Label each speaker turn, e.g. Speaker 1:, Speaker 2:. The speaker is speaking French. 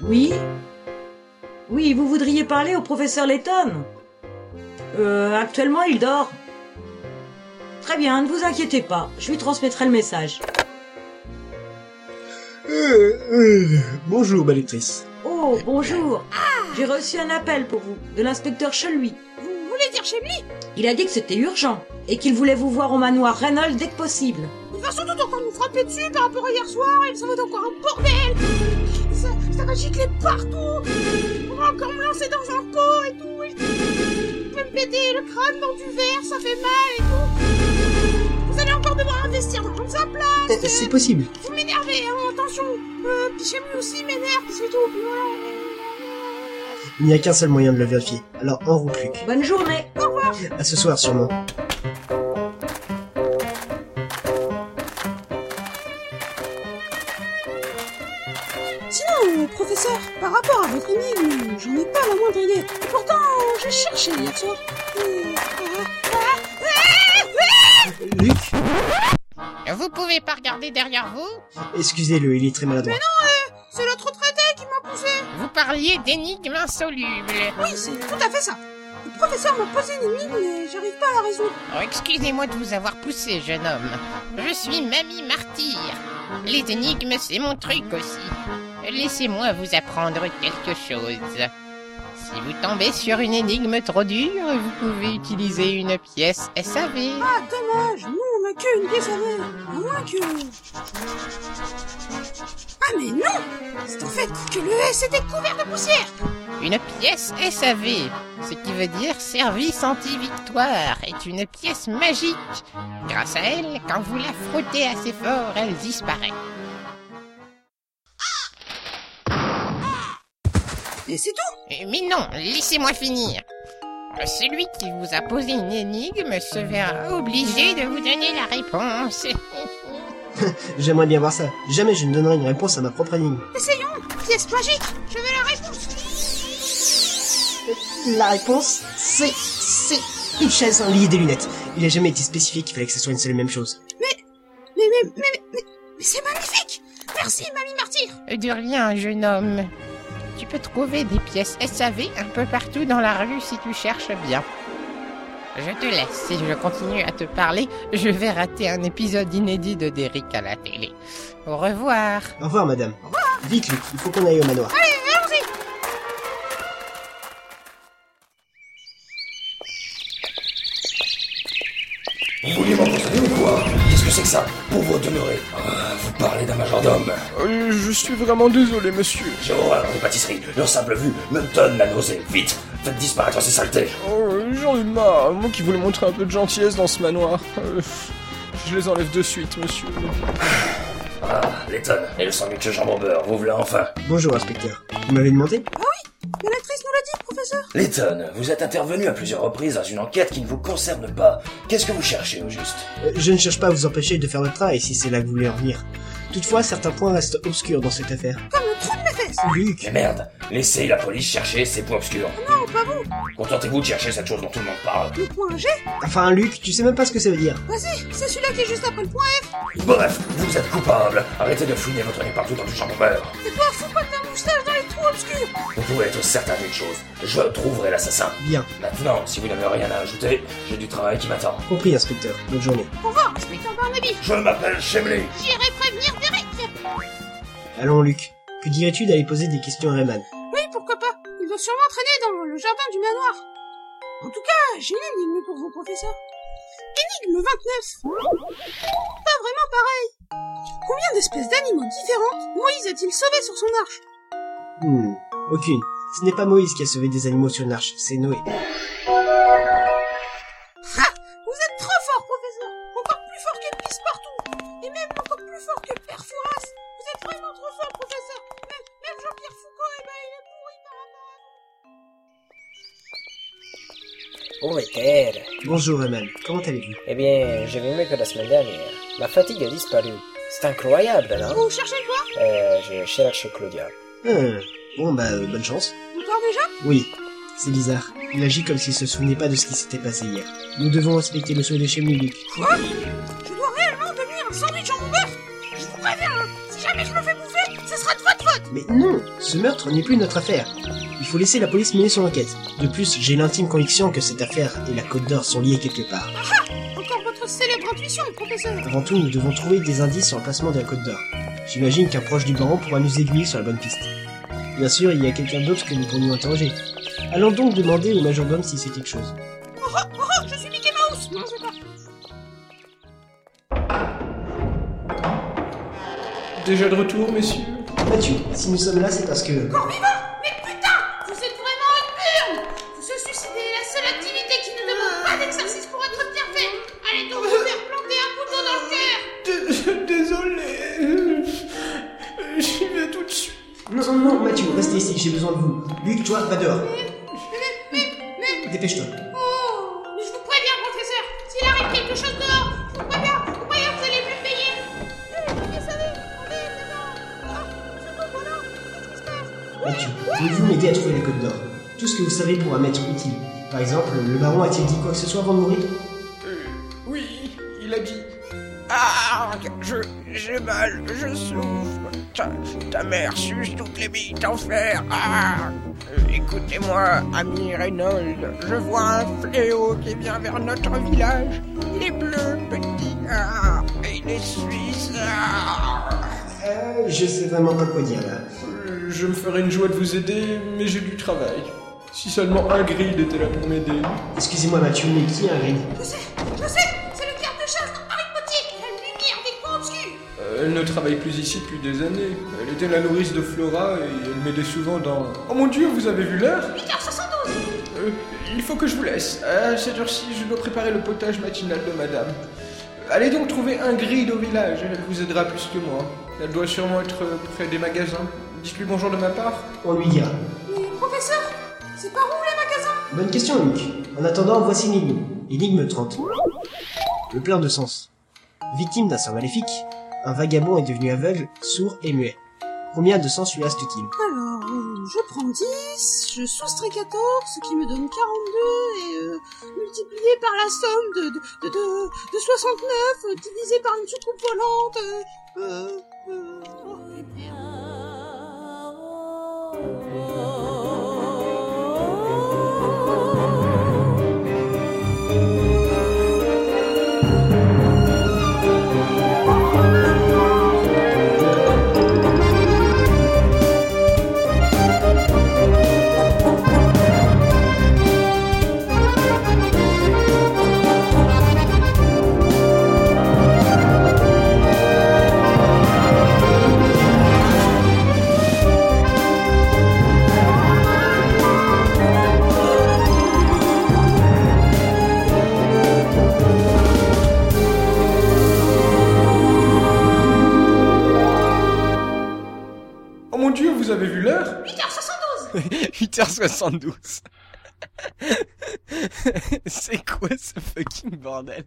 Speaker 1: Oui Oui, vous voudriez parler au professeur Letton euh, Actuellement, il dort. Très bien, ne vous inquiétez pas, je lui transmettrai le message.
Speaker 2: Euh, euh, bonjour, malétrice.
Speaker 1: Oh, bonjour J'ai reçu un appel pour vous, de l'inspecteur Chelui.
Speaker 3: Vous voulez dire chez lui
Speaker 1: Il a dit que c'était urgent et qu'il voulait vous voir au manoir Reynolds dès que possible.
Speaker 3: Il va sans doute encore nous frapper dessus par rapport à hier soir et ça va être encore un bordel ça, ça va gicler partout On va encore me lancer dans un pot et tout et... Je vais me péter le crâne dans du verre, ça fait mal et tout Vous allez encore devoir investir dans prendre sa place
Speaker 2: Euh, C'est possible.
Speaker 3: Vous m'énervez, hein, attention euh, Puis chez lui aussi il m'énerve, puis c'est tout, puis voilà euh,
Speaker 2: Il n'y a qu'un seul moyen de le vérifier. Alors, en roue plus.
Speaker 1: Bonne journée
Speaker 2: À ce soir, sûrement.
Speaker 3: Sinon, euh, professeur, par rapport à votre énigme, j'en ai pas la moindre idée. Et pourtant, euh, j'ai cherché hier soir. Et, euh,
Speaker 2: Luc
Speaker 4: Vous pouvez pas regarder derrière vous
Speaker 2: Excusez-le, il est très maladroit.
Speaker 3: c'est l'autre traité qui m'a poussé
Speaker 4: Vous parliez d'énigmes insolubles.
Speaker 3: Oui, c'est tout à fait ça. Le professeur m'a posé une énigme et j'arrive pas à la résoudre.
Speaker 4: Oh, excusez-moi de vous avoir poussé, jeune homme. Je suis Mamie Martyr. Les énigmes, c'est mon truc aussi. Laissez-moi vous apprendre quelque chose. Si vous tombez sur une énigme trop dure, vous pouvez utiliser une pièce SAV.
Speaker 3: Ah, dommage, nous on a que une pièce à verre. À moins que. Ah, mais non C'est en fait que le S était couvert de poussière
Speaker 4: Une pièce SAV, ce qui veut dire service anti-victoire, est une pièce magique. Grâce à elle, quand vous la frottez assez fort, elle disparaît.
Speaker 3: Et c'est tout
Speaker 4: Euh, Mais non, laissez-moi finir. Euh, Celui qui vous a posé une énigme se verra obligé de vous donner la réponse.
Speaker 2: J'aimerais bien voir ça. Jamais je ne donnerai une réponse à ma propre énigme.
Speaker 3: Essayons Pièce magique Je vais la réponse
Speaker 2: La réponse, c'est... c'est... Une chaise, un lit et des lunettes. Il n'a jamais été spécifique qu'il fallait que ce soit une seule et même chose.
Speaker 3: Mais, mais, mais, mais, mais, mais c'est magnifique Merci, Mamie Martyr
Speaker 4: Euh, De rien, jeune homme. Tu peux trouver des pièces SAV un peu partout dans la rue si tu cherches bien. Je te laisse. Si je continue à te parler, je vais rater un épisode inédit de Derrick à la télé. Au revoir.
Speaker 2: Au revoir, madame. Vite, Luc, il faut qu'on aille au manoir.
Speaker 5: Vous voulez m'empoisonner ou quoi Qu'est-ce que c'est que ça Pour vous demeurer. Ah, vous parlez d'un majordome.
Speaker 6: Euh, je suis vraiment désolé, monsieur.
Speaker 5: J'ai horreur des pâtisseries. Leur simple vue me donne la nausée. Vite Faites disparaître ces saletés.
Speaker 6: Oh, j'en ai marre. Moi qui voulais montrer un peu de gentillesse dans ce manoir. Euh, je les enlève de suite, monsieur.
Speaker 5: Ah, les tonnes. Et le sandwich au jambon beurre, vous voulez enfin
Speaker 2: Bonjour, inspecteur. Vous m'avez demandé
Speaker 3: Mais l'actrice nous l'a dit, professeur
Speaker 5: Les tonnes, vous êtes intervenu à plusieurs reprises dans une enquête qui ne vous concerne pas. Qu'est-ce que vous cherchez au juste
Speaker 2: Euh, Je ne cherche pas à vous empêcher de faire votre travail si c'est là que vous voulez en venir. Toutefois, certains points restent obscurs dans cette affaire.
Speaker 3: Comme le trou de mes fesses
Speaker 2: Luc
Speaker 5: Mais merde Laissez la police chercher ces points obscurs.
Speaker 3: Non, pas vous
Speaker 5: Contentez-vous de chercher cette chose dont tout le monde parle.
Speaker 3: Le point G
Speaker 2: Enfin, Luc, tu sais même pas ce que ça veut dire.
Speaker 3: Vas-y, c'est celui-là qui est juste après le point F
Speaker 5: Bref, vous êtes coupable. Arrêtez de fouiner votre nez partout dans du jambon beurre.
Speaker 3: Et toi, fous pas ta moustache dans les trous obscurs
Speaker 5: Vous pouvez être certain d'une chose. Je trouverai l'assassin.
Speaker 2: Bien.
Speaker 5: Maintenant, si vous n'avez rien à ajouter, j'ai du travail qui m'attend.
Speaker 2: Compris, inspecteur. Bonne journée.
Speaker 3: Au revoir, inspecteur Barnaby
Speaker 5: Je m'appelle Chemley.
Speaker 3: J'irai prévenir Derek
Speaker 2: Allons, Luc. Que dirais-tu d'aller poser des questions à Rayman
Speaker 3: Oui, pourquoi pas Il doit sûrement traîner dans le jardin du manoir. En tout cas, j'ai une énigme pour vous, professeur. Énigme 29. Pas vraiment pareil. Combien d'espèces d'animaux différentes Moïse a-t-il sauvé sur son arche
Speaker 2: Hmm. Aucune. Ce n'est pas Moïse qui a sauvé des animaux sur une arche, c'est Noé.
Speaker 3: Ha Vous êtes trop fort, professeur Encore plus fort que Pisse partout Et même encore plus fort que Père Fouras Vous êtes vraiment trop fort, professeur Même, même Jean-Pierre Foucault, eh ben, il est pourri par rapport à...
Speaker 7: Bon Ether,
Speaker 2: Bonjour, Rayman. Comment allez-vous
Speaker 7: eh bien, je vais mieux que la semaine dernière. Ma fatigue a disparu. C'est incroyable, non
Speaker 3: Vous cherchez quoi
Speaker 7: Euh, je cherche Claudia.
Speaker 2: Hum. Bon, bah, euh, bonne chance.
Speaker 3: On part déjà
Speaker 2: Oui. C'est bizarre. Il agit comme s'il se souvenait pas de ce qui s'était passé hier. Nous devons respecter le souhait de chez Luc.
Speaker 3: Je dois réellement devenir un sandwich en beurre Je vous préviens, hein, si Si jamais je me fais bouffer, ce sera de votre faute
Speaker 2: Mais non, ce meurtre n'est plus notre affaire. Il faut laisser la police mener son enquête. De plus, j'ai l'intime conviction que cette affaire et la Côte d'Or sont liées quelque part.
Speaker 3: Encore votre célèbre intuition, professeur
Speaker 2: Avant tout, nous devons trouver des indices sur le placement de la Côte d'Or. J'imagine qu'un proche du baron pourra nous aiguiller sur la bonne piste. Bien sûr, il y a quelqu'un d'autre que nous pourrions interroger. Allons donc demander au majordome si c'est quelque chose.
Speaker 3: Oh, je suis Mickey Mouse Non, c'est pas...
Speaker 6: Déjà de retour, messieurs
Speaker 2: Mathieu, si nous sommes là, c'est parce que...
Speaker 3: Mais putain Vous êtes vraiment une merde Se suicider est la seule activité qui ne demande pas d'exercice pour être bien fait Allez donc vous faire planter un bouton dans le cœur
Speaker 6: Désolé. J'y vais tout de suite.
Speaker 2: Non, non, Mathieu, restez ici, j'ai besoin de vous. Luc, toi, va dehors. Dépêche-toi.
Speaker 3: Oh Mais je vous préviens, professeur S'il arrive quelque chose dehors, je vous préviens, vous préviens, vous allez plus payer Ah,
Speaker 2: Mathieu, pouvez-vous m'aider à trouver la Côte d'Or Tout ce que vous savez pourra m'être utile. Par exemple, le baron a-t-il dit quoi que ce soit avant de mourir
Speaker 6: oui, il a dit. Ah, je, j'ai mal, je souffre. Ta, ta mère suce toutes les billes d'enfer. Ah, Euh, écoutez-moi, ami Reynolds, je vois un fléau qui vient vers notre village. Il est bleu, petit, ah, et il est suisse. Ah.
Speaker 2: Euh, Je sais vraiment pas quoi dire là.
Speaker 6: Euh, Je me ferai une joie de vous aider, mais j'ai du travail. Si seulement un grid était là pour m'aider.
Speaker 2: Excusez-moi Mathieu, mais qui est un gris
Speaker 3: Je sais, je sais C'est le cœur de chasse dans Harry Potter Une lumière des coins obscurs
Speaker 6: Euh, Elle ne travaille plus ici depuis des années. Elle était la nourrice de Flora et elle m'aidait souvent dans... Oh mon dieu, vous avez vu l'heure
Speaker 3: 8h72
Speaker 6: Euh, Il faut que je vous laisse. À cette heure-ci, je dois préparer le potage matinal de madame. Euh, Allez donc trouver un grid au village, elle vous aidera plus que moi. Elle doit sûrement être euh, près des magasins. Dites-lui bonjour de ma part.
Speaker 2: On lui dira.
Speaker 3: Mais professeur, c'est par où les magasins
Speaker 2: Bonne question Luc. En attendant, voici l'énigme. Énigme 30. Le plein de sens. Victime d'un sort maléfique, un vagabond est devenu aveugle, sourd et muet. Combien de sens lui reste-t-il
Speaker 3: Alors, euh, je prends 10, je soustrais 14, ce qui me donne 42, et euh, multiplié par la somme de, de, de, de, de 69, euh, divisé par une soucoupe volante, euh, euh, euh, oh,
Speaker 6: Oh mon dieu, vous avez vu l'heure
Speaker 3: 8h72
Speaker 8: 8h72. C'est quoi ce fucking bordel